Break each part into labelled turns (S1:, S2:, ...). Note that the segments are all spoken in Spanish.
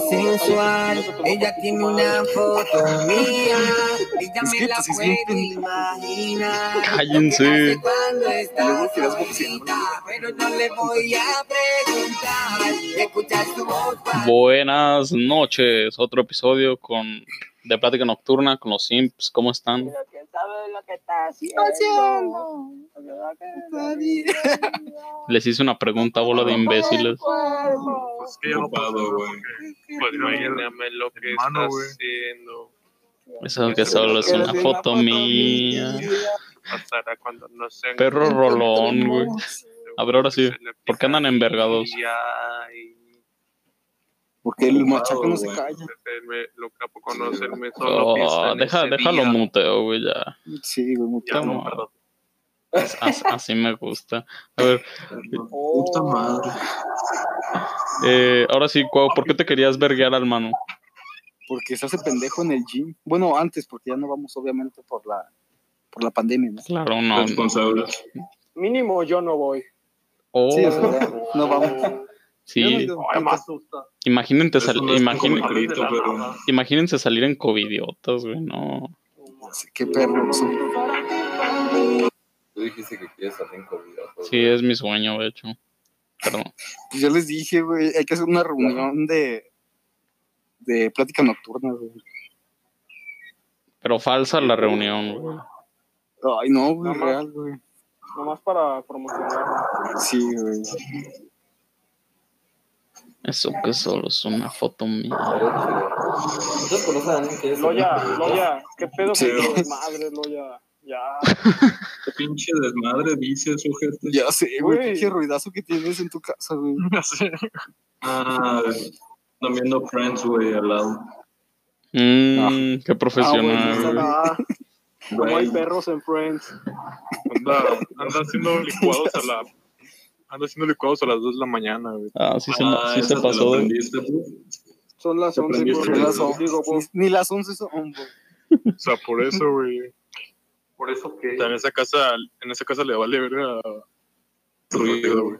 S1: sensual. Ella tiene una foto mía. Ella
S2: Es
S1: me
S2: que
S1: la
S2: pues, es bien
S1: puedo imaginar.
S3: Cállense.
S1: Me hace cuando está
S2: luego quedas boxeando.
S1: solita, Pero no le voy a preguntar. Escuchar su voz. para-
S3: Buenas noches, otro episodio con de Plática Nocturna con los Simps, ¿cómo están?
S4: Lo que sabe lo que está haciendo. Lo que está
S3: Les hice una pregunta, bola de imbéciles.
S4: cuerpo.
S2: Pues es que ya no puedo, güey.
S5: Pues imagíname lo que
S2: Hermano,
S5: está
S2: güey.
S5: haciendo.
S3: Eso que solo es una foto mía.
S5: Pasará cuando no se
S3: Perro rolón, güey. A ver, ahora sí.
S5: Se le
S3: ¿Por qué andan envergados?
S5: Y ay,
S6: Porque el machaco no se
S2: güey.
S6: calla.
S5: conocerme, loca por conocerme solo piensa
S3: Oh,
S5: en
S3: deja,
S5: ese
S3: déjalo
S5: día.
S3: muteo, güey, ya.
S6: Sí, güey, muy
S5: Ya no,
S3: Toma.
S5: perdón.
S3: As- as- así me gusta. A ver,
S2: Puta madre.
S3: eh, ahora sí, Cuau, ¿por qué te querías verguear al mano?
S6: Porque se hace pendejo en el gym. Bueno, antes, porque ya no vamos, obviamente, por la, por la pandemia, ¿no?
S3: Claro, no.
S2: Pues, Responsables.
S4: Mínimo yo no voy.
S6: Sí, es
S3: Oh,
S6: verdad. No vamos. Yo no he
S3: sí.
S6: ido.
S5: Ay, me
S6: Neta.
S5: asusta.
S3: Imagínense,
S2: Eso
S3: sal-
S2: no es
S3: imagín-
S2: como Grito, pero-
S3: imagínense salir en covidiotas, güey, no.
S6: Qué perro. sí.
S7: Tú dijiste que quieres salir en COVID.
S2: pues,
S3: Sí, es mi sueño, de hecho. Perdón.
S6: Pues yo les dije, güey, hay que hacer una reunión de, de plática nocturna, güey.
S3: Pero falsa la reunión, güey.
S6: Ay, no, güey,
S4: Ajá.
S6: real, güey.
S4: Nomás para promocionar.
S6: Sí, güey.
S3: Eso que solo es una foto mía.
S7: ¿Ustedes conocen a alguien que es
S4: Loya, Loya, qué pedo
S6: Sí.
S4: con los madres, Loya. Ya.
S2: Qué este Pinche desmadre, dices, ojete.
S6: Ya sé, güey,
S4: Güey.
S6: pinche ruidazo que tienes en tu casa, güey.
S2: Ah, no viendo Friends, güey, al lado.
S3: Mmm, qué
S6: Ah,
S3: profesional.
S6: bueno,
S3: güey.
S4: Ah, como hay
S2: Güey,
S4: perros en Friends.
S5: Anda, anda haciendo licuados a la. Anda haciendo licuados a las 2 de la mañana, güey.
S3: ah, sí, se,
S2: ah,
S3: sí se
S2: esa te la
S3: pasó. de-
S2: aprendiste, tú.
S4: Son las
S2: Te
S4: 11.
S2: prendiste,
S4: güey.
S2: güey.
S6: Las once.
S4: Digo, pues, güey,
S6: Ni, ni las 11 son, güey.
S5: O sea, por eso, güey.
S7: Por eso
S5: O
S7: que.
S5: sea, en esa casa, en esa casa le vale ver a.
S2: Ruido, güey.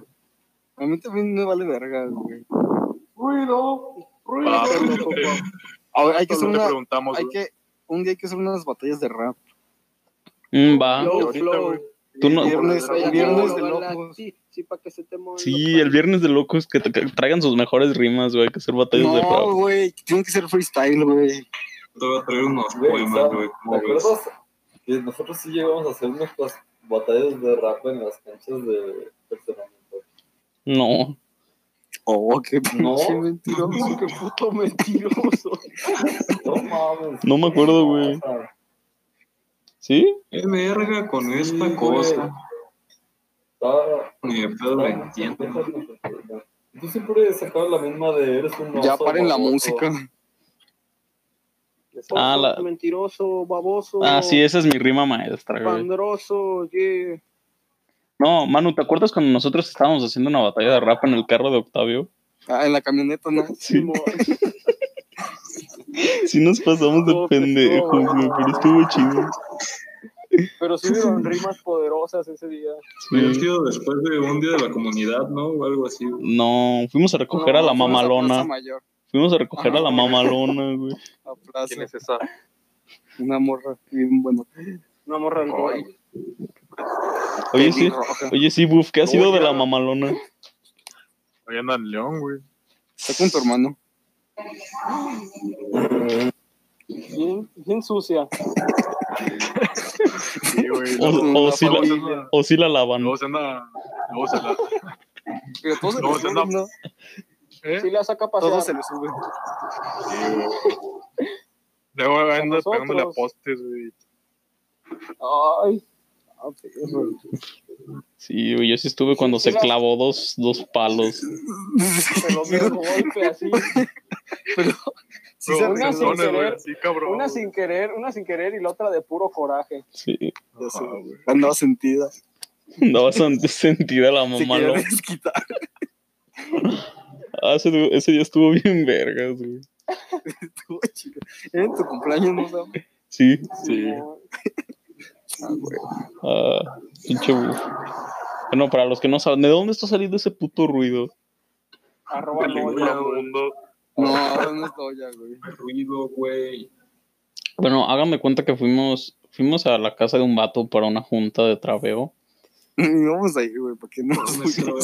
S6: A mí también me vale verga, güey.
S4: ruido, ruido.
S5: Ah,
S4: loco,
S5: pues, yo te-
S4: güey.
S6: Ahora, hay que hacer
S5: Solo te
S6: una...
S5: preguntamos,
S6: Hay
S5: güey.
S6: que... Un día hay que hacer unas batallas de rap.
S3: Mm, va.
S4: Flow,
S5: ahorita,
S4: flow.
S5: güey.
S3: Tú no-
S6: Viernes,
S4: Oye,
S6: viernes de
S4: quiero verla,
S6: locos.
S4: Sí, sí, para que se te mueva.
S3: Sí, el viernes de locos que, tra- que traigan sus mejores rimas, güey. Que hacer batallas de
S6: No,
S3: rap.
S6: güey, tiene que ser freestyle, güey.
S2: Te voy a traer unos
S7: Güey,
S2: poemas,
S7: ¿sabes?
S2: güey.
S7: ¿Te
S2: ¿Cómo ves?
S7: acuerdas que nosotros sí llegamos a hacer nuestras batallas de rap en las canchas de personamiento?
S3: No.
S6: Oh, qué
S7: No.
S6: pinche mentiroso.
S4: Qué puto mentiroso.
S7: No mames.
S3: No me acuerdo, güey. ¿Sí?
S2: ¿Qué verga con esta
S7: güey.
S2: cosa?
S7: Estaba-
S2: Ni de pedo la entiendo.
S7: Tú siempre sacabas la misma de eres un
S6: Ya
S7: oso,
S6: paren la
S7: baboso.
S6: música.
S3: Ah,
S4: Oso,
S3: la-
S4: Mentiroso, baboso.
S3: Ah, sí, esa es mi rima maestra, güey.
S4: Pandroso, yeah.
S3: No, Manu, ¿te acuerdas cuando nosotros estábamos haciendo una batalla de rap en el carro de Octavio?
S6: Ah, en la camioneta, ¿no?
S3: Sí,
S4: Simón.
S3: sí nos pasamos de
S4: No, pues,
S3: pendejos,
S4: no,
S3: güey,
S4: no.
S3: pero estuvo chido.
S4: Pero sí hubieron rimas poderosas ese día.
S2: Hubiera
S3: Sí.
S2: sido después de un día de la comunidad, ¿no? O algo así, güey.
S3: No, fuimos a recoger
S6: No,
S3: a la
S6: fuimos Plaza
S3: mamalona.
S6: Mayor,
S3: Fuimos a recoger a
S6: Ajá.
S3: la mamalona, güey.
S6: a plaza.
S5: ¿Quién es esa?
S6: Una morra bien buena.
S4: Una morra del
S7: Ay,
S4: boy.
S3: Oye, sí.
S6: Pelirroja.
S3: Oye, sí, Buf, ¿qué ha sido de la mamalona?
S5: Ahí anda en León, güey.
S6: Está con tu hermano.
S4: Bien, bien sucia.
S5: Sí, güey.
S3: O,
S5: Luego
S3: o sí
S5: se
S3: la,
S5: anda-
S3: o sí la lavan.
S5: luego se anda. Luego se la.
S6: Pero todos se
S5: No,
S6: le
S5: o sea,
S6: suben,
S5: no.
S6: ¿no?
S5: ¿Eh?
S4: Sí la saca a pasear.
S6: Todos se le suben.
S5: Luego anda
S4: nosotros.
S5: pegándole a postes, güey.
S4: Ay. Ah,
S3: Sí, güey, yo sí estuve cuando se clavó dos, dos palos.
S4: Pero un golpe así.
S6: Pero sí se
S4: una
S5: Pero
S6: arregló.
S5: calzones, güey,
S4: querer,
S5: así, cabrón.
S4: Una sin querer, una sin querer y la otra de puro coraje.
S3: Sí,
S6: Ya sé.
S5: Ah, güey.
S6: Andaba sentida.
S3: daba san- sentido a la
S6: Se quería
S3: mamalona.
S6: desquitar.
S3: Ah, ese, du- ese día estuvo bien vergas, güey.
S6: Estuvo chido. Era en tu cumpleaños, ¿no? sabes?
S3: Sí,
S5: Sí.
S4: Como,
S3: ah, pinche Buf. Bueno, para los que no saben, ¿de dónde está saliendo ese puto ruido?
S4: Arroba
S5: Película
S4: Loya, güey.
S5: mundo.
S6: No, ahora no estoy ya, güey.
S2: El ruido, güey.
S3: Bueno, háganme cuenta que fuimos, fuimos a la casa de un vato para una junta de traveo.
S6: Ni vamos a ir, güey, porque no.
S2: No me creo.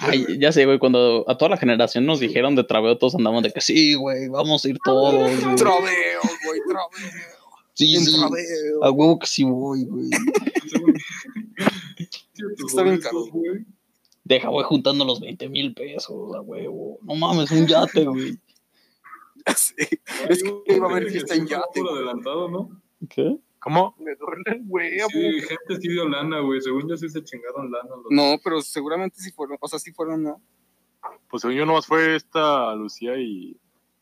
S3: Ay, ya sé, güey, cuando a toda la generación nos dijeron de traveo, todos andamos de que sí, güey, vamos a ir todos. güey.
S6: Trabeo, güey, trabeo.
S3: Sí,
S6: bien
S3: sí. Ah,
S6: trabeo.
S3: A huevo que sí voy, güey.
S6: Está bien caro.
S2: güey.
S3: Deja, güey, juntando los 20 mil pesos, a huevo. No mames, un yate, güey.
S6: Ah, Sí. Es que iba a haber fiesta en yate.
S2: Por adelantado, ¿no?
S3: ¿Qué?
S5: ¿Cómo? Me duele el huevo.
S2: Sí, gente sí dio lana, güey. Según yo sí se chingaron lana. Los...
S6: No, pero seguramente sí fueron, o sea, sí fueron, ¿no?
S5: Pues según yo nomás fue esta Lucía y...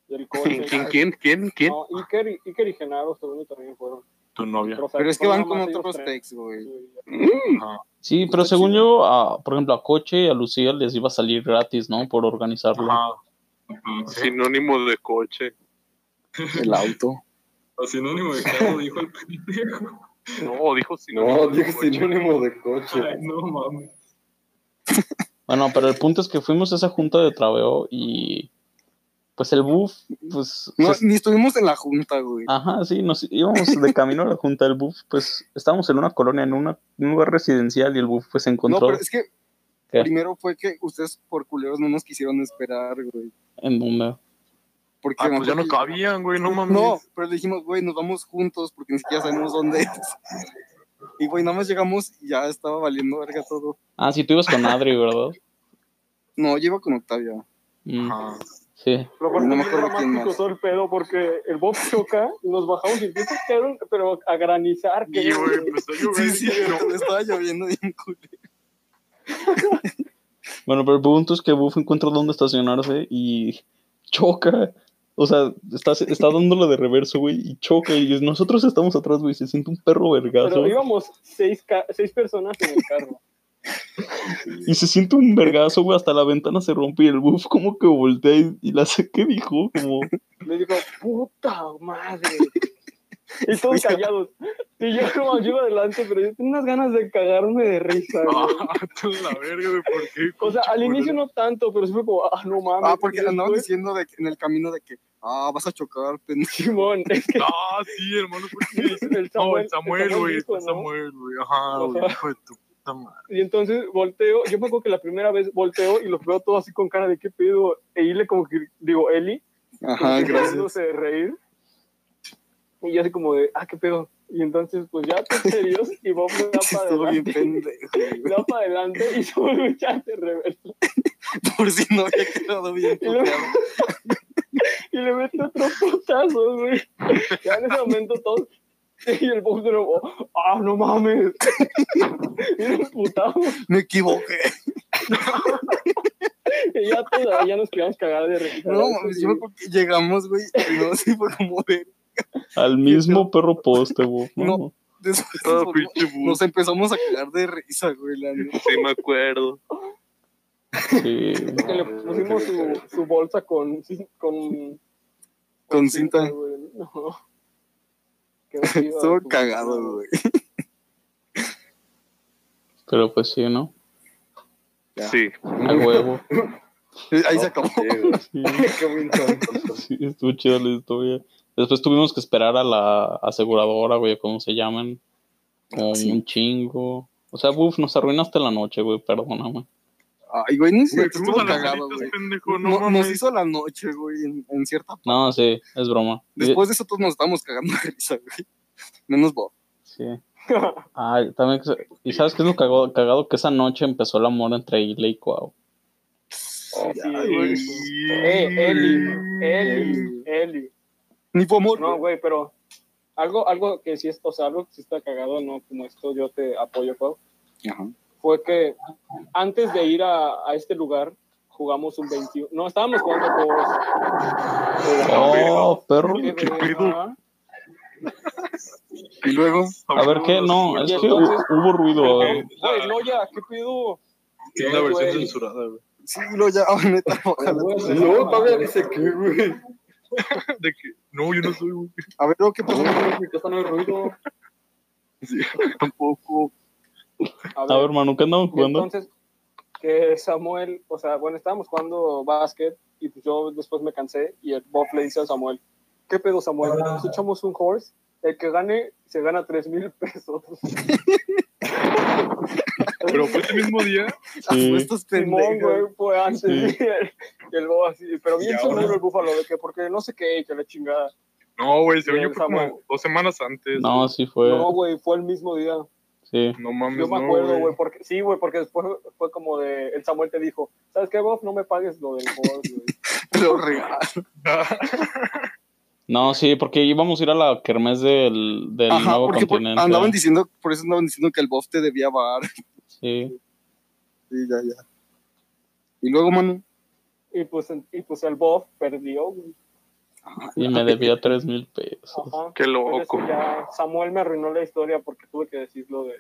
S8: Y el coche. Ah,
S5: quién, quién, quién?
S8: No, Iker, y- Iker y Genaro, según yo, también fueron.
S5: Tu novia.
S8: o sea,
S6: Pero es que van
S8: fueron
S6: con
S8: nomás ellos
S6: otros
S8: tres.
S6: textos, güey.
S8: Sí, ya.
S5: Ajá.
S3: Sí, pero según yo, a- por ejemplo, a Coche y a Lucía les iba a salir gratis, ¿no? Por organizarlo.
S5: Ajá.
S2: Ajá.
S5: Sinónimo de coche.
S6: El auto.
S2: O sinónimo de carro, dijo el pendejo.
S5: No, dijo
S7: No,
S5: sinónimo
S7: dije
S5: de coche.
S7: sinónimo de coche.
S2: Ay, no mames.
S3: Bueno, pero el punto es que fuimos a esa junta de traveo y pues el buff, pues...
S6: No,
S3: pues- Ah,
S6: ni estuvimos en la junta, güey.
S3: Ajá, sí, nos íbamos de camino a la junta del buff, pues estábamos en una colonia, en una, un lugar residencial y el buff pues
S6: no,
S3: encontró
S6: pero es que
S3: ¿Qué?
S6: primero fue que ustedes por culeros no nos quisieron esperar, güey.
S3: en donde...
S6: Porque
S5: Ah, pues ya no
S6: que-
S5: cabían, güey, no mames.
S6: No, pero le dijimos, güey, nos vamos juntos porque ni siquiera sabemos dónde es. Y, güey, nada más llegamos y ya estaba valiendo verga todo.
S3: Ah, sí, tú ibas con Adri, ¿verdad?
S6: No, yo iba con Octavia.
S3: Mm,
S5: Ajá.
S3: sí.
S8: Pero aparte,
S6: No me
S8: bien
S6: acuerdo quién
S8: dramático
S6: más.
S8: todo el pedo, porque el Bob choca, nos bajamos y empieza a caer, un- pero a granizar. Que
S5: Y, güey, empezó a llover.
S6: Sí, sí, pero estaba lloviendo bien culero.
S3: Bueno, pero el punto es que Buff encuentra dónde estacionarse y choca. O sea, está, está dándole de reverso, güey, y choca. Y nosotros estamos atrás, güey, se siente un perro vergazo.
S8: Pero íbamos seis, ca- seis personas en el carro.
S3: Y se siente un vergazo, güey, hasta la ventana se rompe y el buff como que voltea y, y la sé que dijo, como...
S8: Le digo, puta madre. Y todos callados. Y yo como yo iba adelante, pero yo tengo unas ganas de cagarme de risa. güey.
S5: Ah, la verga, güey, ¿por qué?
S8: O sea, al inicio no tanto, pero sí fue como, ah, no mames.
S6: Ah, porque
S8: Y
S6: andaban
S8: después,
S6: diciendo de que- en el camino de que, ah, vas a chocar, pendejo.
S8: Simón, es que
S5: Ah, sí, hermano, porque...
S8: el Samuel,
S5: No,
S8: el
S5: el Samuel, güey,
S8: dijo,
S5: el
S8: ¿no?
S5: Samuel, güey, ajá, güey,
S8: Ajá.
S5: hijo de tu puta madre.
S8: Y entonces volteo, yo me acuerdo que la primera vez volteo y los veo todos así con cara de qué pedo. E Ile como que, digo, Eli, como
S6: Ajá,
S8: que
S6: Ah, gracias.
S8: dándose de reír. Y yo así como de, ah, qué pedo. Y entonces, pues ya, todos serios, y Bob me da para
S6: Estuvo bien
S8: adelante.
S6: pendejo,
S8: me
S6: güey.
S8: da para adelante y se vuelve a echar de reverso.
S6: Por si no había quedado bien
S8: Y, le-
S6: puteado.
S8: y le mete otro putazo, güey. Ya en ese momento todos... Y el Bob de nuevo, ah, no mames. Y nos putamos.
S6: Me equivoqué.
S8: Y ya, todos, ah, ya nos quedamos cagados de risa.
S6: No, mames, yo me acuerdo que llegamos, güey, y no, sí fue como de...
S3: Al mismo perro poste, buff. No.
S6: Después
S5: Ah,
S6: nos volvimos-
S5: pinche bus,
S6: nos empezamos a cagar de risa, güey, la neta.
S5: sí me acuerdo.
S3: Sí.
S8: que le pusimos su, su bolsa con, con,
S6: Con cinta.
S8: güey. No. Qué chido,
S6: Estuvo
S8: su-
S6: cagado, güey.
S3: Pero pues sí, ¿no?
S6: Ya.
S5: Sí.
S3: A huevo.
S6: Ahí se acabó.
S7: Sí, güey.
S3: Sí,
S7: Qué buen tonto.
S3: sí, estuvo chida la historia. Después tuvimos que esperar a la aseguradora, güey, ¿cómo se llaman? Como
S6: Sí.
S3: un chingo. O sea, buff, nos arruinaste la noche, güey, perdóname.
S6: Ay, güey, ni
S5: Güey,
S6: siquiera
S5: fuimos
S6: estuvo
S5: a las
S6: cagado,
S5: salitas,
S6: güey.
S5: pendejo, no,
S6: No- nos
S5: mames.
S6: hizo la noche, güey, en, en cierta...
S3: No, sí, es broma.
S6: Después de eso todos nos estábamos cagando de risa, güey. Menos Bob.
S3: Sí. Ay, también. que- ¿Y sabes qué es lo cagado? cagado? Que esa noche empezó el amor entre Ile y Cuau.
S8: Oh, Sí,
S5: güey.
S8: Eh, Eli, Eli, Eli.
S6: Ni fue amor,
S8: No,
S6: güey.
S8: güey, pero algo, algo que sí es, o sea, algo que sí está cagado, no, como esto yo te apoyo, Pau,
S6: Ajá.
S8: fue que antes de ir a, a este lugar jugamos un 21. No, estábamos jugando juegos.
S3: Oh, perro.
S5: pedo.
S8: Ajá.
S6: Y luego,
S3: A ver qué, no, es que hu- hubo ruido. eh. a ver.
S8: Güey, no, ya, ¿qué pido?
S5: Es la versión
S8: güey.
S5: censurada, güey.
S6: sí, y luego ya, ah, neta, ojalá.
S7: No, todavía dice que, güey.
S5: De que, no, yo no soy, güey.
S6: A ver, luego, ¿qué pasó?
S7: No, mi casa no hay ruido.
S5: Tampoco.
S8: A
S3: A ver, hermano, ¿qué andaban
S8: Y
S3: jugando?
S8: entonces, que Samuel, o sea, bueno, estábamos jugando básquet y pues yo después me cansé y el Bob le dice a Samuel, ¿qué pedo Samuel? Nos echamos un horse, el que gane se gana tres mil pesos.
S5: Pero fue ese mismo día.
S6: Pues, Apuestas
S8: Simón,
S6: pendejo.
S8: güey, fue antes.
S3: Sí.
S8: Y el, y el Bob así, pero
S5: Y
S8: bien
S5: ahora-
S8: seguro el búfalo de que porque no sé qué, que la chingada.
S5: No, güey, según
S8: Bien,
S5: yo fue
S8: Samuel.
S5: como dos semanas antes.
S3: No, sí fue.
S8: No, güey, fue el mismo día.
S3: Sí.
S5: No mames,
S8: Yo me
S5: no,
S8: acuerdo,
S5: güey.
S8: güey, porque sí, güey, porque después fue como de el Samuel te dijo, ¿sabes qué, Bob? No me pagues lo del juego, güey.
S6: Te lo regalo.
S3: No, sí, porque íbamos a ir a la kermés del, del
S6: Ajá,
S3: nuevo
S6: porque pues, por-
S3: continente.
S6: andaban diciendo, por eso andaban diciendo que el bof te debía bar.
S3: Sí.
S6: Sí, ya, ya. Y luego, mano.
S8: Y pues, y pues el Bob perdió, güey.
S3: Y me debía tres mil pesos.
S8: Ajá.
S5: Qué
S8: Pero
S5: loco.
S8: eso ya, Samuel me arruinó la historia porque tuve que decirlo de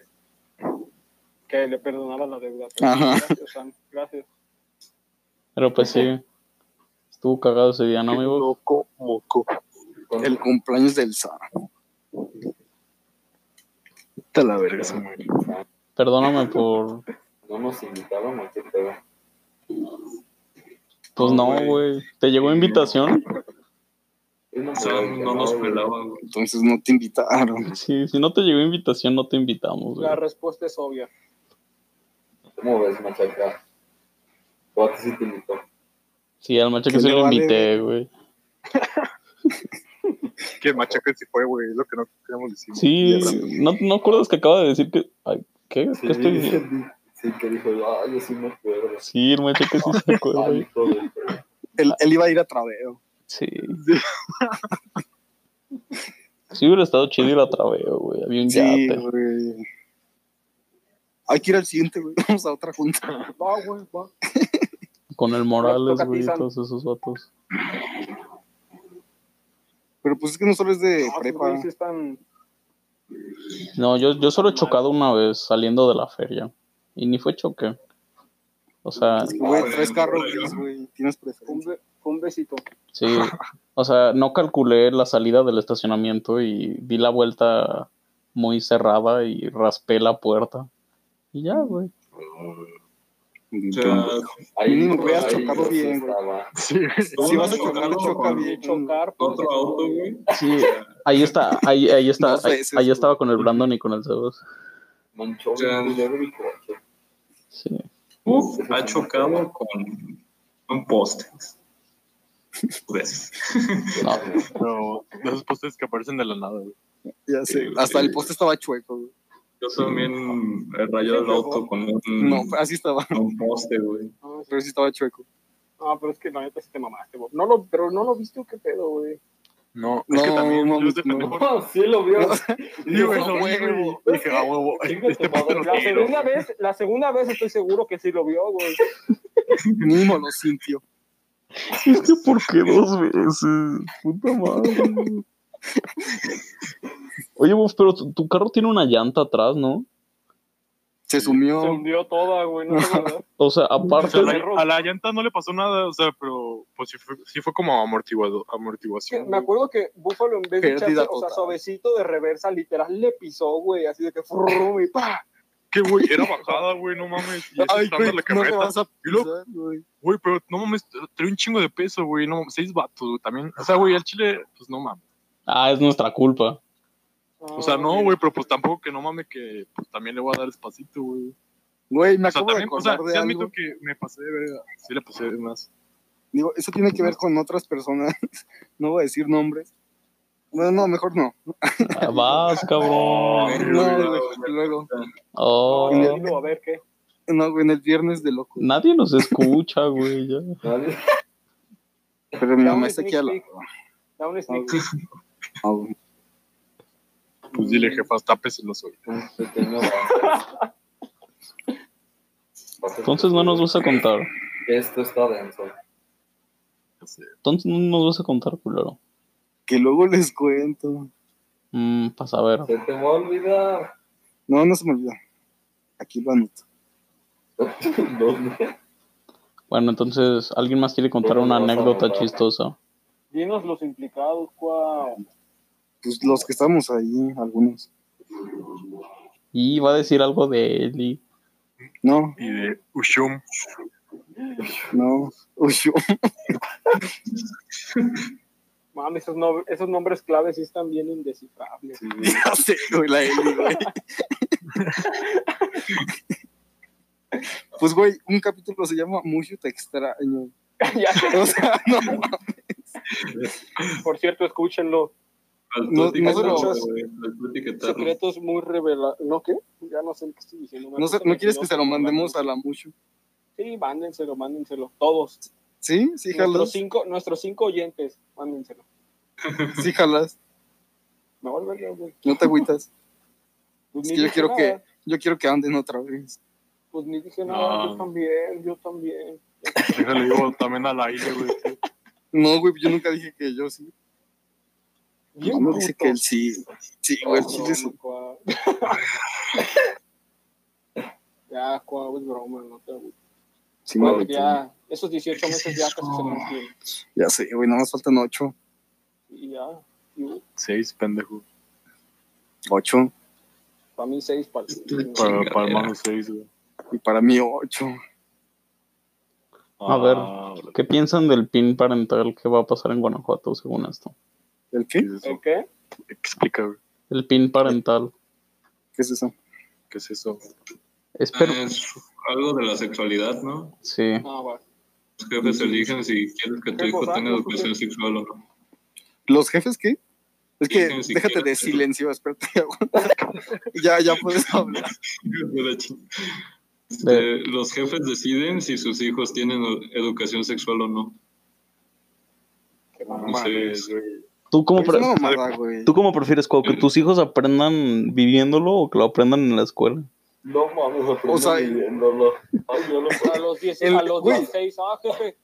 S8: que le perdonaba la deuda. pero
S6: Ajá.
S8: Gracias, Sam, gracias.
S3: Pero pues sí. Estuvo cagado ese día, ¿no, amigo?
S6: Moco, moco. El cumpleaños del Sa. Te la verga, Samuel.
S3: Perdóname por.
S7: No nos invitaron a que te vean.
S3: Pues no, güey. ¿Te llegó invitación?
S2: Sam no nos pelaba, güey.
S6: Entonces no te invitaron.
S3: Sí, si no te llegó invitación, no te invitamos, güey.
S8: La respuesta es obvia.
S7: ¿Cómo ves, machaca? ¿O a ti sí te invitó?
S3: Sí, al macho
S6: ¿Qué
S3: que se
S6: le
S3: lo
S6: vale,
S3: invité, güey.
S5: Que machaca sí fue, güey. Es lo que no queríamos decir.
S3: Sí, ¿no, ¿no acuerdas que acaba de decir que. Ay, ¿Qué?
S7: Sí,
S3: ¿Qué estoy diciendo?
S7: sí, que dijo, ah, yo sí me acuerdo.
S3: Sí, el macho que sí se acuerda,
S7: Ah,
S3: güey.
S7: hijo de-
S6: Él, él iba a ir a traveo.
S3: Sí. Sí, hubiera estado chido ir a Traveo, güey. Había un
S6: Sí,
S3: yate.
S6: güey. Hay que ir al siguiente, güey. Vamos a otra junta.
S8: Va, güey, va.
S3: Con el Morales,
S8: Toca a ti,
S3: güey, y
S8: Sam.
S3: todos esos vatos.
S6: Pero pues es que no solo es de
S8: No,
S6: prepa.
S8: Ah, sí están-
S3: No, yo, yo solo he chocado una vez saliendo de la feria. Y ni fue choque. O sea,
S6: Es que, güey,
S2: Ah,
S6: tres
S2: bueno,
S6: carros
S2: bueno.
S6: gris, güey. Tienes
S8: un,
S6: preferencia.
S8: be- un besito.
S3: sí. O sea, no calculé la salida del estacionamiento y di la vuelta muy cerrada y raspé la puerta. Y ya, güey.
S2: O sea,
S7: Ahí
S6: Mínimo
S7: no,
S6: Mm, hubieras
S7: ahí
S6: chocado
S7: no
S6: bien,
S7: sí
S6: güey.
S7: estaba.
S5: Sí,
S2: tú
S6: Si
S2: no
S6: vas a chocar,
S2: chocando
S6: choca
S2: con
S6: bien.
S8: Chocar por
S2: Otro auto, güey.
S3: Sí, ahí está, ahí, ahí está,
S6: Dos
S3: ahí,
S6: veces,
S3: ahí
S6: güey.
S3: estaba con el Brandon y con el Sebas.
S7: Manchó
S2: O sea,
S7: bien culero mi coche.
S3: Sí.
S2: Uf, ha chocado con un poste. Pues,
S3: No,
S5: pero de esos postes que aparecen de la nada, güey.
S6: Ya
S2: Sí,
S6: sé. Hasta
S2: sí.
S6: el poste estaba chueco, güey.
S2: yo también he rayado el auto con un,
S6: No, pues, así estaba.
S2: con un poste, güey.
S8: No, Ah, sí.
S6: Pero sí estaba chueco.
S8: No, pero es que la neta sí te mamaste, Bob. No lo, pero no lo viste, ¿o ¿qué pedo, güey?
S5: No,
S6: No,
S5: es que también
S6: no,
S5: yo de
S6: no.
S5: pendejo.
S7: No, sí lo vio.
S5: Sí, güey,
S6: no,
S5: lo vi,
S6: huevo.
S5: güey. Dije, ah, huevo,
S7: Chinga
S5: este
S7: tu madre,
S5: poste lo
S8: La
S5: quiero.
S8: segunda vez, la segunda vez estoy seguro que sí lo vio, güey.
S6: Mínimo lo sintió.
S3: Es que ¿por qué dos veces? Puta madre. Oye, vos, pero tu, tu carro tiene una llanta atrás, ¿no?
S6: Se
S8: Se
S6: sumió.
S8: hundió toda, güey. No sé, ¿verdad?
S3: O sea,
S5: O sea,
S3: aparte,
S5: a la- a la llanta no le pasó nada, o sea, pero pues sí fue, sí fue como amortiguado,
S8: que
S5: amortiguación.
S8: me acuerdo que Buffalo en vez de
S6: Pérdida
S8: echarse, o sea,
S6: total.
S8: suavecito de reversa, literal le pisó, güey, así de que furrum y pa.
S5: Que, güey, era bajada, güey, no mames. Y es
S6: Ay,
S5: estándar
S6: güey,
S5: la
S6: no te
S5: camioneta.
S6: vas a
S5: Y luego-
S6: pisar, güey.
S5: Güey, pero no mames, trae un chingo de peso, güey, no mames, seis vatos, güey, también. O sea, güey, al chile, pues no mames.
S3: ah, es nuestra culpa.
S5: O sea, no, güey, pero pues tampoco que no mames que pues, también le voy a dar espacito, güey.
S6: Güey, me
S5: O sea,
S6: acabo de
S5: también, o sea,
S6: acordar de
S5: sí admito
S6: algo.
S5: que me pasé de verga. Sí le pasé de más.
S6: Digo, eso tiene que ver con otras personas. No voy a decir nombres. No, no, mejor no.
S3: Ah, Vas, cabrón.
S6: No, güey, luego.
S3: Oh,
S8: No, dilo, a ver qué.
S6: No, güey, en el viernes de loco.
S3: nadie nos escucha, güey. ya.
S7: Nadie-
S6: Pero mi
S8: Da un
S6: mamá está aquí a la.
S8: sneak Da un sneak peek.
S6: Ah, güey.
S5: Pues dile, jefas, tápese los oídos.
S7: un pequeño avance.
S3: Entonces no nos vas a contar.
S7: Esto está denso.
S3: Entonces no nos vas a contar, culero.
S6: Que luego les cuento.
S3: Mmm, para saber.
S7: Se te va a olvidar.
S6: No, no se me olvida. Aquí lo anoto.
S7: ¿Dónde?
S3: Bueno, entonces, ¿alguien más quiere contar una anécdota chistosa?
S8: Dinos los implicados, cuau.
S6: Pues los que estamos ahí, algunos.
S3: Y va a decir algo de Eli.
S6: No,
S5: y de Ushum.
S6: no. Uy, yo-
S8: Mami, esos, no- esos nombres claves sí están bien indescifrables.
S6: ya sé, güey, la Eli, güey. Pues, güey, un capítulo se llama Mucho te extraño.
S8: Ya sé.
S6: O sea, no,
S8: Por cierto, escúchenlo.
S6: No-
S2: Faltó
S6: no se
S2: etiquetarlo,
S6: lo-
S2: güey, faltó etiquetarlo.
S8: Secretos muy revelados. ¿No qué? Ya no sé qué estoy diciendo.
S6: no, sé, ¿no quieres que se lo mandemos a la Mucho?
S8: Sí, mándenselo, mándenselo. Todos.
S6: ¿Sí? ¿Sí
S8: Nuestros
S6: jalas?
S8: cinco, nuestros cinco oyentes, mándenselo.
S6: Sí jalas.
S8: Me voy a volver, güey.
S6: No te agüitas.
S8: Pues
S6: Es
S8: ni
S6: que yo
S8: dije
S6: quiero
S8: nada.
S6: que, yo quiero que anden otra vez.
S8: Pues ni dije nada,
S5: No.
S8: yo también, yo también.
S5: Déjale, digo también a la Ile, güey.
S6: No, güey, yo nunca dije que yo sí.
S8: Bien
S6: no,
S8: puto.
S6: dice
S8: ah.
S6: que él sí. Sí, güey, el chile sí.
S8: Broma, cua. ya, cua, es broma, no te agüites.
S6: Sí,
S8: Bueno,
S6: güey,
S8: ya, esos 18 meses ya casi se cumplen.
S6: Ya sé, güey, nada más faltan ocho.
S8: Y ya, y, uh,
S5: Seis, pendejo.
S6: Ocho.
S8: para mí 6 para
S5: Para, para hermano seis, güey.
S6: Y para mí ocho.
S3: A ver.
S5: Ah, bro,
S3: ¿Qué piensan del pin parental que va a pasar en Guanajuato según esto?
S6: ¿El
S5: ¿Qué
S6: qué?
S5: es eso?
S8: ¿El qué?
S5: Explica, güey.
S3: El pin parental.
S6: ¿Qué es eso?
S5: ¿Qué es eso?
S3: Espero.
S2: Ah, es algo de la sexualidad, ¿no?
S3: Sí.
S8: Ah, va.
S2: Los jefes eligen si quieres que tu
S8: Jefos,
S2: hijo tenga
S8: ah,
S2: educación sexual o no.
S6: ¿Los jefes qué? Es que
S2: Dicen si
S6: déjate de
S2: quieres, pero-
S6: silencio, espérate. aguanta. ya, ya puedes hablar.
S2: De la chi-
S3: De-
S2: Eh, los jefes deciden si sus hijos tienen o- educación sexual o no.
S8: Qué mamá.
S2: Entonces,
S3: ¿Tú cómo,
S6: Es
S3: pre-
S6: una mamada, güey.
S3: ¿Tú cómo prefieres, Cuau, que tus hijos aprendan viviéndolo o que lo aprendan en la escuela?
S7: No mames, aprendo
S6: O sea,
S7: viviéndolo. Ay, yo lo
S8: A los, 10,
S6: El-
S8: a los
S6: güey.
S8: 16, ah, jefe,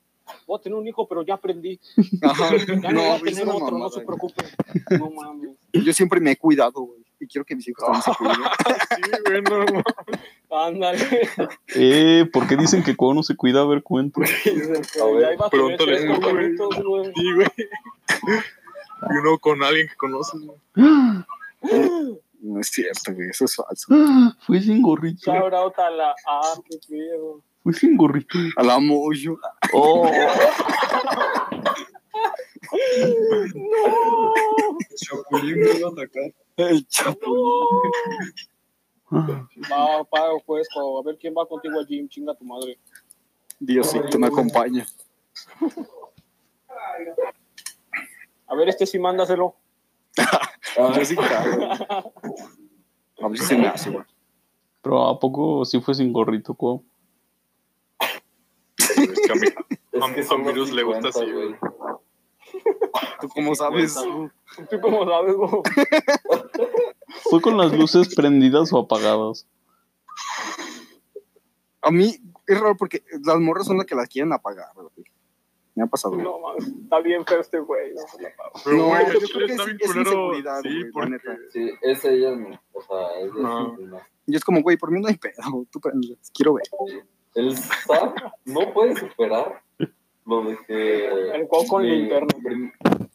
S8: voy a tener un hijo, pero ya aprendí.
S6: Ajá.
S8: Ya no, voy
S6: No,
S8: a
S6: güey, es
S8: tener
S6: una
S8: otro,
S6: mamada.
S8: no se
S6: güey.
S8: preocupen. No mames.
S6: Yo siempre me he cuidado, güey. Y quiero que mis hijos también se cuiden.
S5: Sí, güey, no, mames.
S8: Ándale.
S3: Eh, ¿por qué dicen que Cuau no se cuida? A ver, cuento.
S7: A ver,
S8: Pues Ya iba a tener
S5: pregúntale,
S8: tres
S5: güey.
S8: conejitos, güey.
S5: Sí, güey. Y uno con alguien que conoces, güey.
S6: No es cierto, güey. Eso es falso.
S3: Fue sin gorrito.
S8: Shout out a la ah, qué pedo.
S3: Fue sin gorrito.
S6: A la moyo.
S3: Oh,
S2: Chapulín me iba a atacar.
S6: El chapo.
S3: ah,
S8: Va, pago, pues, co- a ver quién va contigo al gym, chinga tu madre.
S6: Diosito me acompaña.
S8: A ver, este sí mándaselo.
S6: Yo sí cago. A ver si se me hace, güey.
S3: pero ¿a poco sí fue sin gorrito, Cuau?
S5: Es que a mí,
S7: Es
S5: A- a
S7: son los
S5: Virus le gusta
S7: 50,
S5: así, güey.
S6: ¿Tú cómo sabes?
S8: Tú como sabes, güey.
S3: ¿Fue con las luces prendidas o apagadas?
S6: A mí es raro porque las morras son las que las quieren apagar, güey. Me ha pasado.
S8: No, mames, está bien feo este güey. No,
S5: Pero,
S6: No,
S5: güey,
S6: yo
S5: el
S6: creo
S5: chile
S6: que
S5: está
S6: es-
S5: bien
S6: es
S5: culero.
S6: inseguridad,
S5: Sí,
S6: güey, la
S5: porque
S6: neta.
S7: Sí, es ella, no. o sea, es de
S5: No.
S7: sus primas.
S6: Y es como, güey, por mí no hay pedo. Tú prendes. Quiero ver.
S7: El SAT no puede superar lo de que...
S8: El cuau con
S7: mi-
S8: linterna.
S7: prim-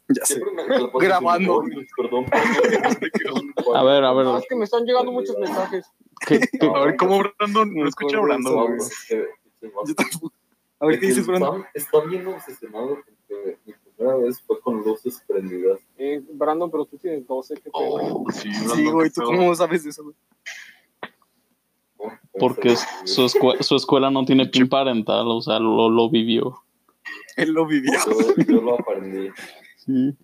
S6: Ya sé.
S7: Siempre me lo paso
S6: Grabando.
S7: sin móvil, Perdón. perdón.
S3: A ver, a ver.
S8: Ah, es que me están llegando muchos mensajes.
S3: ¿qué- qué-
S5: A ver, ¿cómo Brandon?
S6: Me
S5: No escucha
S6: acuerdo de
S5: Brandon,
S6: eso,
S5: güey.
S7: Es que- es que-
S6: Yo tampoco. A ver, ¿qué dices, Brandon?
S7: Están, están bien obsesionados porque mi primera vez fue con luces prendidas.
S8: Eh, Brandon, pero tú tienes 12, qué pedo.
S5: Sí,
S6: Sí,
S5: Brandon,
S6: güey,
S5: qué
S6: ¿tú
S5: pedo.
S6: cómo sabes de eso, güey?
S3: Porque su, escue- su escuela no tiene pin parental, o sea, lo, lo vivió.
S6: Él lo vivió
S7: Yo, yo lo aprendí.
S3: Sí,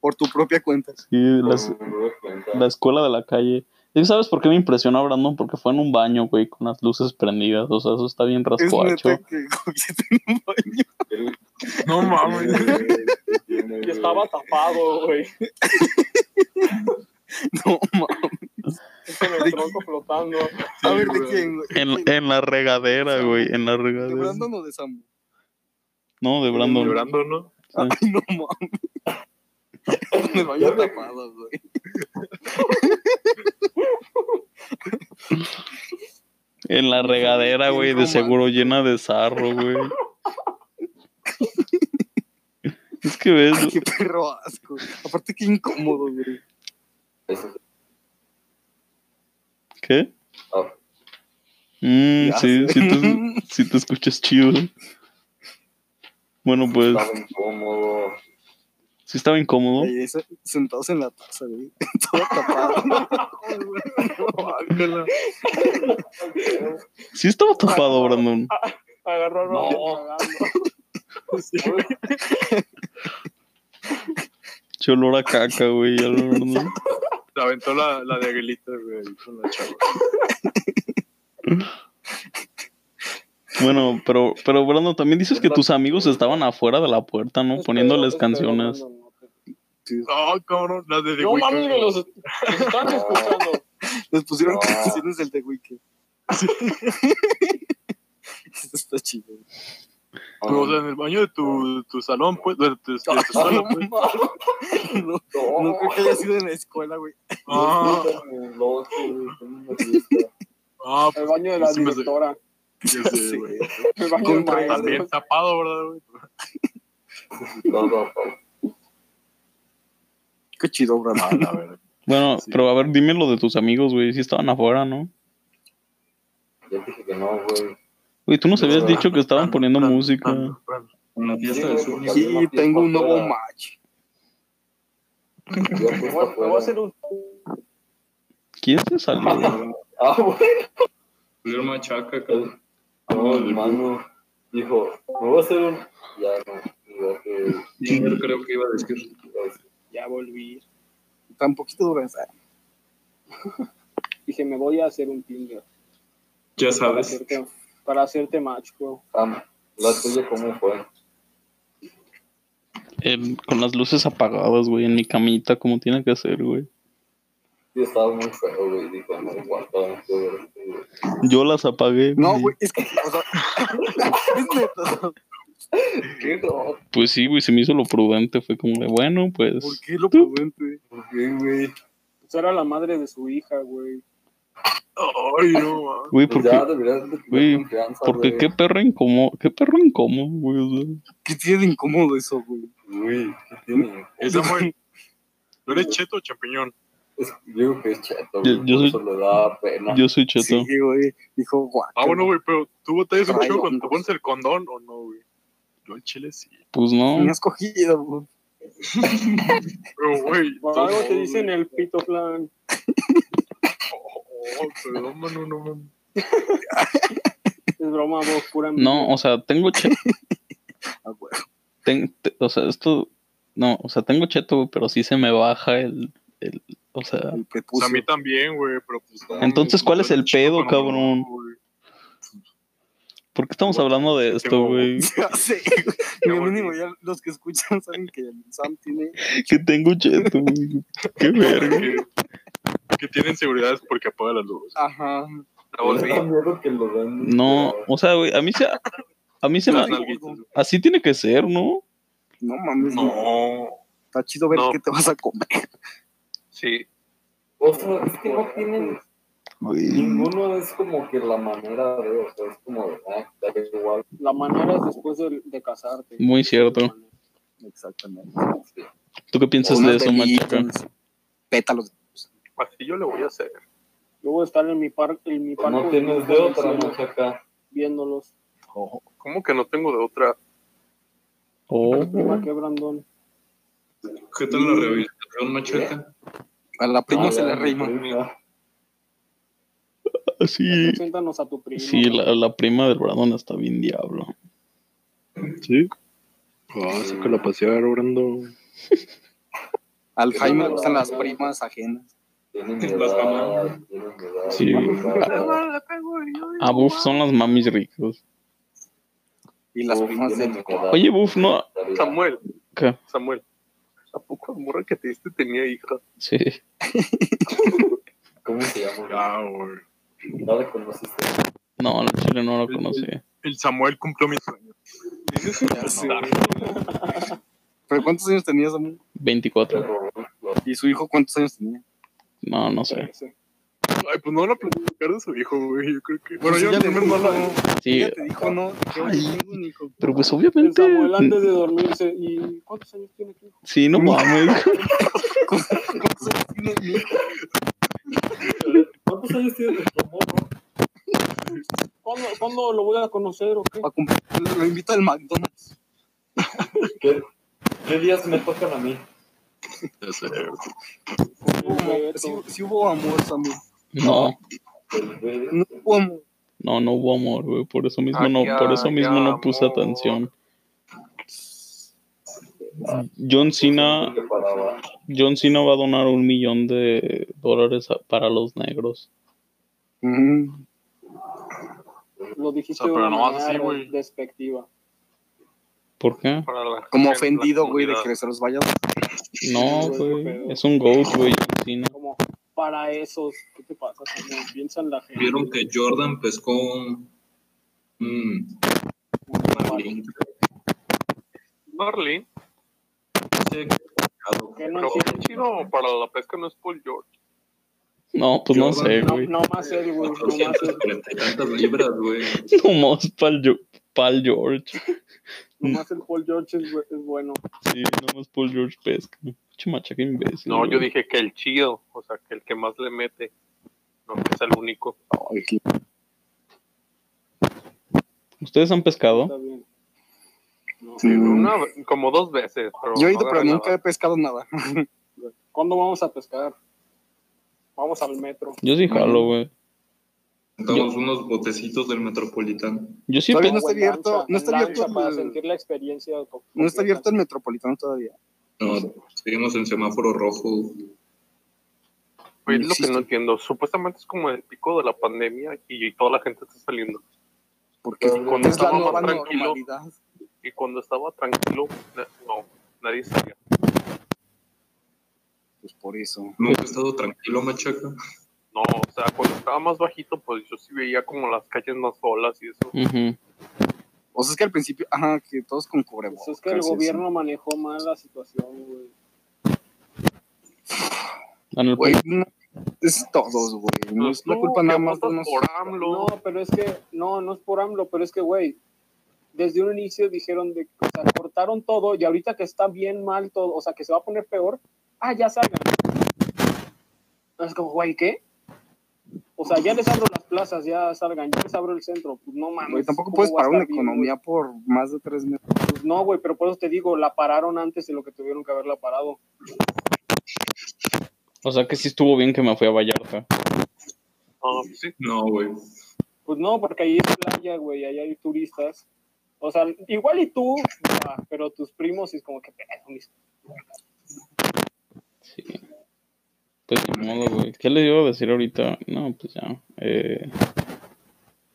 S6: por tu propia cuenta.
S3: sí, las,
S7: por mi propia cuenta.
S3: La escuela de la calle. ¿Y sabes por qué me impresionó Brandon? Porque fue en un baño, güey, con las luces prendidas. O sea, eso está bien
S6: Es
S3: rascuacho.
S6: neta que cogiste en un baño.
S7: Él-
S5: No mames.
S7: tiene-
S8: Y estaba tapado, güey.
S6: No, mames.
S8: Con el tronco flotando.
S6: A ver, ¿de
S5: güey.
S6: quién, güey?
S3: En, en la regadera, güey, en la
S6: ¿De
S3: regadera.
S6: Brandon o de Samu?
S3: No, de Brandon.
S5: De Brandon, ¿no?
S6: Ay, no, mames. Con el baño tapado, güey.
S3: En la regadera, güey, de
S6: Bien
S3: seguro llena de sarro, güey. es que
S6: Ay,
S3: ves,
S6: qué perro asco. Aparte, qué incómodo, güey.
S7: Eso-
S3: ¿qué?
S7: ah,
S3: Mm,
S6: Ya
S3: sí,
S6: sé.
S3: sí te, sí te escuchas chido. Bueno, pues
S7: Estaba incómodo.
S3: sí estaba incómodo.
S6: Ahí se- sentados en la taza, güey. Todo tapado.
S3: Sí estaba tapado, Brandon.
S8: Agarró a Rob.
S3: Che olor a caca, güey. ya lo- Brandon.
S5: Se aventó la, la de Aguilita, güey, ahí con la chava.
S3: Bueno, pero, pero Brandon, también dices que
S7: Es la-
S3: tus amigos estaban afuera de la puerta, ¿no? Poniéndoles
S8: Espera, espera,
S3: canciones.
S8: no, no, no.
S5: No, Ah, cabrón, la de The
S8: No
S5: Weeknd,
S8: mames,
S5: güey.
S8: los, los estaban escuchando.
S6: Les pusieron
S7: No.
S6: canciones del The Weeknd. Eso está chido.
S5: Pero, o sea, en el baño de tu, tu salón, pues, de tu, de
S6: Ah,
S5: tu escuela, pues.
S6: No, no creo que haya sido en la escuela, güey.
S5: Ah, ah,
S8: El baño de la
S5: Sí, me-
S8: directora.
S5: pues, ya sé, güey.
S8: El baño del
S6: Con
S8: maestro.
S5: También tapado, ¿verdad, güey?
S6: Qué chido, bro.
S5: Ah, la verdad.
S3: Bueno,
S5: Sí.
S3: pero a ver, dime lo de tus amigos, güey. Sí estaban afuera, ¿no?
S7: Ya dije que no, güey.
S3: Güey, tú nos habías
S7: No.
S3: dicho que estaban poniendo música.
S2: En la fiesta de Zuni.
S6: Y tengo un nuevo match.
S7: Yo
S8: Me
S7: justo
S8: voy, me voy a
S7: afuera.
S8: hacer un.
S3: ¿Quién se salió?
S7: Ah, bueno.
S2: Tuvieron machaca, cabrón.
S7: El- No, el mano dijo, me voy a hacer un... Ya, no. Digo pues, que...
S2: Tinder creo que iba a decir.
S8: Ya volví.
S6: Tan poquito dura. esa.
S8: Dije, me voy a hacer un Tinder.
S2: Ya
S8: Para
S2: sabes.
S8: hacerte, para hacerte match, bro.
S7: Am, la tuya cómo fue.
S3: Eh, con las luces apagadas, güey, en mi camita, como tiene que ser, güey.
S7: Yo estaba muy feo, güey. Dijo, no, aguanta, no quiero ver esto, güey.
S3: Yo las apagué.
S6: No,
S3: güey.
S6: güey, es que, o sea, es neta, o sea,
S7: ¿Qué no?
S3: Pues sí, güey, se me hizo lo prudente. Fue como de, bueno,
S6: ¿por
S3: pues.
S6: qué lo prudente?
S7: ¿Por qué, güey?
S8: Pues era la madre de su hija, güey.
S5: Ay, no, mames.
S3: Güey,
S7: Pues
S3: porque,
S7: ya deberías de
S3: güey,
S7: tener confianza,
S3: porque
S7: güey.
S3: qué perro incómodo. Qué perro incómodo, güey. o sea.
S6: ¿Qué tiene de incómodo eso, güey?
S7: Güey, ¿qué tiene?
S5: Esa fue. ¿Tú eres cheto o champiñón?
S7: Es, yo digo que es chato,
S3: Yo-
S7: güey.
S3: yo
S7: por
S3: soy-
S7: eso le da pena.
S3: Yo soy cheto.
S6: Sí, güey, dijo, guau.
S5: Ah, bueno, güey, pero ¿tú batallas un
S6: Ay,
S5: chico cuando te
S6: no.
S5: pones el condón o no, güey? Yo al chile sí.
S3: Pues no.
S6: Me has cogido, güey.
S5: Pero, güey.
S8: Por
S5: todo-
S8: algo te dicen el pito plan.
S5: Oh, perdón, mano, no mames.
S8: Es broma, bro. Pura
S3: No, o sea, tengo cheto.
S6: Ah, güey.
S3: ten- te- o sea, esto. No, o sea, tengo cheto, güey, pero sí se me baja el. el o sea,
S6: El
S5: Pues a
S6: prepucio.
S5: mí también, güey, pero pues. no,
S3: Entonces, ¿cuál es el
S5: chico
S3: pedo,
S5: cuando me
S3: cabrón?
S5: lo- güey.
S3: ¿por qué estamos hablando de esto,
S5: tengo-
S3: güey?
S6: Ya sé, güey. Mira,
S5: volví.
S6: mínimo ya los que escuchan saben que el Sam tiene
S3: Que tengo cheto, güey. Qué verga.
S5: Que- Que tienen seguridad es porque apaga las luces.
S6: Ajá.
S5: La
S7: Me
S5: volví.
S7: da miedo que lo den.
S3: No, o sea, güey, a mí se. A mí se me.
S5: Las nalguitas.
S3: Así tiene que ser, ¿no?
S6: No mames, no.
S5: No.
S6: Está chido ver
S5: No.
S6: qué te vas a comer.
S5: Sí.
S7: O sea, es que no tienen. Ninguno es como que la manera de. O sea, es como de. Ah, da igual.
S8: La manera es después de, de casarte.
S3: Muy cierto.
S6: Exactamente.
S3: ¿Tú qué piensas de
S6: Unas
S3: eso, Machaca?
S6: velitas, Pétalos.
S5: Así yo le voy a hacer.
S8: Luego estar en mi, par en mi
S7: Pues
S8: parque.
S7: no tienes de otra, machaca.
S8: Viéndolos.
S5: ¿Cómo que no tengo de otra?
S8: ¿Para
S3: Oh,
S8: qué, Brandon?
S2: ¿Qué tal la rehabilitación, machaca?
S6: A la prima
S7: Ah,
S6: se
S7: ya,
S6: le
S7: mi
S6: rima.
S7: prima.
S3: sí.
S8: Preséntanos a tu primo.
S3: Sí, la, la prima del Brandon está bien diablo.
S5: Sí. Ah, sácala a pasear, Brando.
S6: Al Jaime le gustan las primas ajenas.
S7: Tienen mi
S2: Las
S7: edad. Tienen mi edad.
S3: Sí.
S7: tienen mi edad.
S3: Ah, Buff son las mamis ricos.
S6: Y las
S7: Uy,
S6: primas
S7: tienen
S6: del.
S7: mi edad.
S3: Oye, Buff, no.
S5: Samuel,
S3: ¿Qué?
S5: Samuel. ¿A poco la morra que te diste tenía hija?
S3: Sí.
S7: ¿Cómo se llama?
S5: Ya, Ah, güey.
S7: No la conociste. este
S3: No, la chile no la conocía.
S5: El Samuel cumplió mi sueño.
S6: Sí. ¿Pero cuántos años tenía Samuel?
S3: 24.
S7: Pero,
S6: ¿Y su hijo cuántos años tenía?
S3: No, no sé.
S5: Ay, pues no van a platicar de su hijo, güey. Yo creo que. Bueno,
S6: Pues
S5: yo
S6: ella
S5: no
S6: te
S5: me
S6: dijo,
S5: mando
S6: no,
S3: Sí,
S6: ella te dijo no, yo
S3: Ay.
S6: tengo un hijo.
S3: pero pues
S8: El
S3: obviamente.
S8: Samuel antes de dormirse. ¿Y cuántos años tiene tu hijo?
S3: Sí, no mames.
S6: ¿Cuántos años tiene mi hijo?
S8: pues
S7: ¿Cuántos años tienes? ¿Cómo?
S8: ¿Cuándo lo voy a conocer o qué?
S6: pa' comprar- lo invito al McDonald's.
S7: ¿Qué, qué días me tocan a mí?
S5: Ya sé,
S6: Si hubo amor, Samuel.
S3: No,
S7: El de-
S6: No hubo amor.
S3: no, no hubo amor, güey. Por eso mismo
S5: Ah,
S3: no,
S5: ya,
S3: por eso mismo
S5: ya,
S3: no puse
S5: amor.
S3: atención. John Cena,
S7: que paraba.
S3: John Cena va a donar un millón de dólares a- para los negros.
S6: Ujú.
S8: Lo dijiste
S5: O sea, pero
S8: de una
S5: nomás así,
S8: manera
S5: güey.
S8: despectiva.
S3: ¿Por qué?
S5: para la-
S6: Como
S5: la
S6: ofendido, güey, de
S5: comunidad.
S6: que se los vaya.
S3: No, güey. Es un goat, güey, John Cena.
S8: Como para esos, ¿qué te pasa? Samuel? Piensa en la gente.
S2: Vieron que Jordan pescó un. un marlín.
S5: Marlin,
S2: Ese cagado,
S8: Que no
S5: pero
S8: entiendo.
S5: el chino para la pesca no es Paul George.
S3: No, pues no
S2: Jordan,
S3: sé,
S8: No,
S3: güey.
S8: no más él, güey. No más él.
S2: 440 y tantas libras, güey.
S3: Nomás pa'l, Gio- pa'l George.
S8: No más el Paul George es, bu- es bueno.
S3: Sí, nomás Paul George pesca. Pinche machaca imbécil.
S5: No, yo
S3: güey.
S5: dije que el chido, o sea, que el que más le mete, no que es el único.
S6: Ay, qué-
S3: ¿Ustedes han pescado?
S8: Está bien. No.
S6: Sí, güey.
S5: Una, como dos veces. Pero
S6: Mm. Yo he ido,
S5: no
S6: pero
S5: agarré
S6: nunca he
S5: nada.
S6: pescado nada.
S8: ¿Cuándo vamos a pescar? Vamos al metro.
S3: Yo sí jalo, güey.
S2: Sacamos unos botecitos del Metropolitano.
S3: Yo sí
S6: Todavía
S3: pesco.
S6: no está
S8: O en lancha,
S6: abierto,
S8: en
S6: no está abierto
S8: lancha Para
S6: el-
S8: sentir la experiencia. co-
S6: No está
S8: completa.
S6: abierto el metropolitano todavía.
S2: No, seguimos en semáforo rojo.
S5: Oye, es Pues, lo
S6: Existe.
S5: que no entiendo. Supuestamente es como el pico de la pandemia y toda la gente está saliendo.
S6: Porque
S7: Pero
S5: cuando
S6: es la
S5: estaba más
S6: nueva
S5: tranquilo.
S6: normalidad.
S5: Y cuando estaba tranquilo, na- no, nadie salía.
S6: Pues por eso.
S2: Nunca he estado tranquilo, machaca.
S5: No, o sea, cuando estaba más bajito, pues yo sí veía como las calles más solas y eso.
S3: Ujú.
S6: O sea, es que al principio, ajá, que todos con cubrebocas.
S8: Pues es que el
S6: y eso.
S8: gobierno manejó mal la situación, güey.
S3: En el
S6: Güey, no, es todos, güey. No es la
S5: Pues Tú
S6: culpa
S5: que
S6: nada más de
S5: votas
S6: unos.
S5: por AMLO.
S8: No, pero es que, no, no es por AMLO, pero es que, güey, desde un inicio dijeron de, o sea, cortaron todo y ahorita que está bien mal todo, o sea, que se va a poner peor, ah, ya salgan. Es como, güey, ¿qué? O sea, ya les abro las plazas, ya salgan, ya les abro el centro, pues no mames.
S6: Güey, tampoco
S8: ¿cómo
S6: puedes
S8: va a
S6: parar una
S8: estar bien,
S6: economía por más de tres meses.
S8: güey? Pues no, güey, pero por eso te digo, la pararon antes de lo que tuvieron que haberla parado.
S3: O sea que sí estuvo bien que me fui a Vallarta.
S5: Ah, pues sí.
S2: No, güey.
S8: Pues no, porque ahí es playa, güey, ahí hay turistas. O sea, igual y tú, ah, pero tus primos es como que pedo, mis
S3: Sí. Pues ni modo, güey. ¿Qué les iba a decir ahorita? No, pues ya. Eh,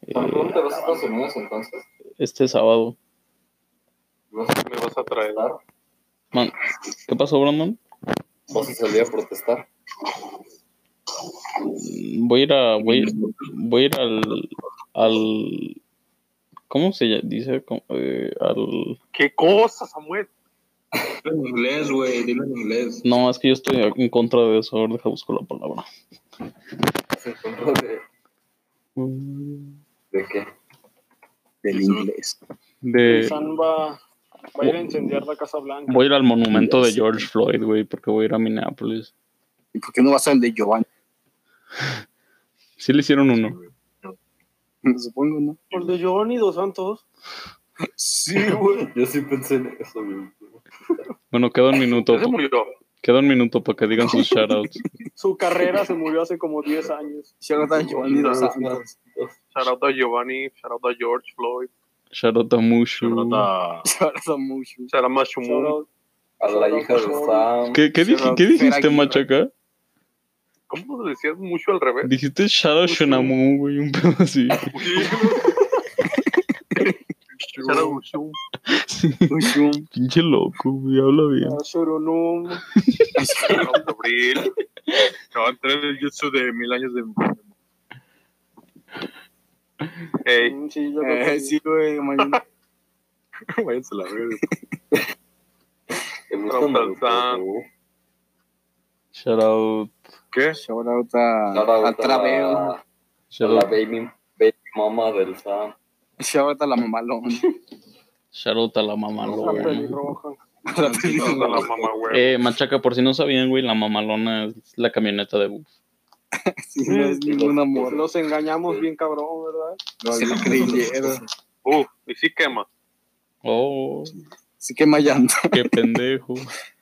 S3: eh,
S7: ¿A dónde te vas a Estados Unidos entonces?
S3: este sábado.
S5: No sé qué me vas a traer.
S7: ¿Protestar?
S3: Man, ¿Qué pasó, Brandon?
S7: ¿Vas a salir a protestar?
S3: Mm, Voy a ir a. Voy, voy a ir al. al ¿Cómo se ll- dice? Como, eh, al.
S5: ¿Qué cosa, Samuel?
S2: Dilo en inglés, güey. Dilo en inglés.
S3: No, es que yo estoy en contra de eso. A ver, deja busco la palabra.
S7: ¿Vas en contra de, de qué?
S6: Del inglés.
S3: De.
S8: San va, va a ir a incendiar la Casa Blanca.
S3: Eh, Voy a ir al monumento de George Floyd, güey, porque voy a ir a Minneapolis.
S6: ¿Y por qué no vas al de Giovanni?
S3: Sí le hicieron uno.
S6: Supongo, ¿no?
S8: Por de Giovanni Dos Santos.
S6: Sí,
S7: Yo sí pensé en eso, güey.
S3: Bueno, queda un minuto.
S5: Ya se murió.
S3: Queda un minuto para que digan sus shoutouts.
S8: Su carrera se murió hace como 10 años.
S6: Sí, ahora está Giovanni dos
S7: Dos
S6: Santos.
S5: Shout out a Giovanni, shout out a George Floyd,
S3: Shoutout a Mushu.
S5: shout out a
S6: Ahora está mucho.
S5: shout out a Mashumu.
S8: Shout out.
S7: A la hija de Sam.
S3: ¿Qué, qué, dij- qué dijiste, machaca?
S5: ¿Cómo decías mucho al revés?
S3: Dijiste Shoutout Shonamu, güey, un pedo así.
S5: Shout out a Mushu.
S3: Sí,
S6: Mucho.
S3: pinche loco, güey, habla
S8: a
S3: bien.
S8: Shoronum.
S5: Shout out a Abril. No, entré en el jutsu de mil años de. Ey,
S8: Mm, Sí, yo creo que
S6: Eh,
S8: sí.
S6: sí, güey, mañana.
S5: váyanse a la verga.
S7: Te gusta
S5: Trump al
S7: Naruto,
S5: Sam.
S7: güey.
S3: Shoutout.
S5: ¿Qué?
S6: Shout out a,
S7: Shout out
S6: a Traveo.
S7: a la, a la
S3: Shoutout,
S7: baby, baby mama del Sam.
S6: Shout out a la mamalón.
S3: shoutout a la mamalona.
S8: La
S3: güey.
S8: pelirroja.
S6: A la
S5: Shout out a
S6: película.
S5: la mamá, güey.
S3: Eh, machaca, por si no sabían, güey, la mamalona es la camioneta de Buff.
S6: Sí, no es ningún amor.
S8: Los engañamos bien cabrón, ¿verdad?
S6: Se la creyeron.
S5: Uh, y sí quema.
S3: Oh,
S6: Sí que Mayanta.
S3: qué pendejo.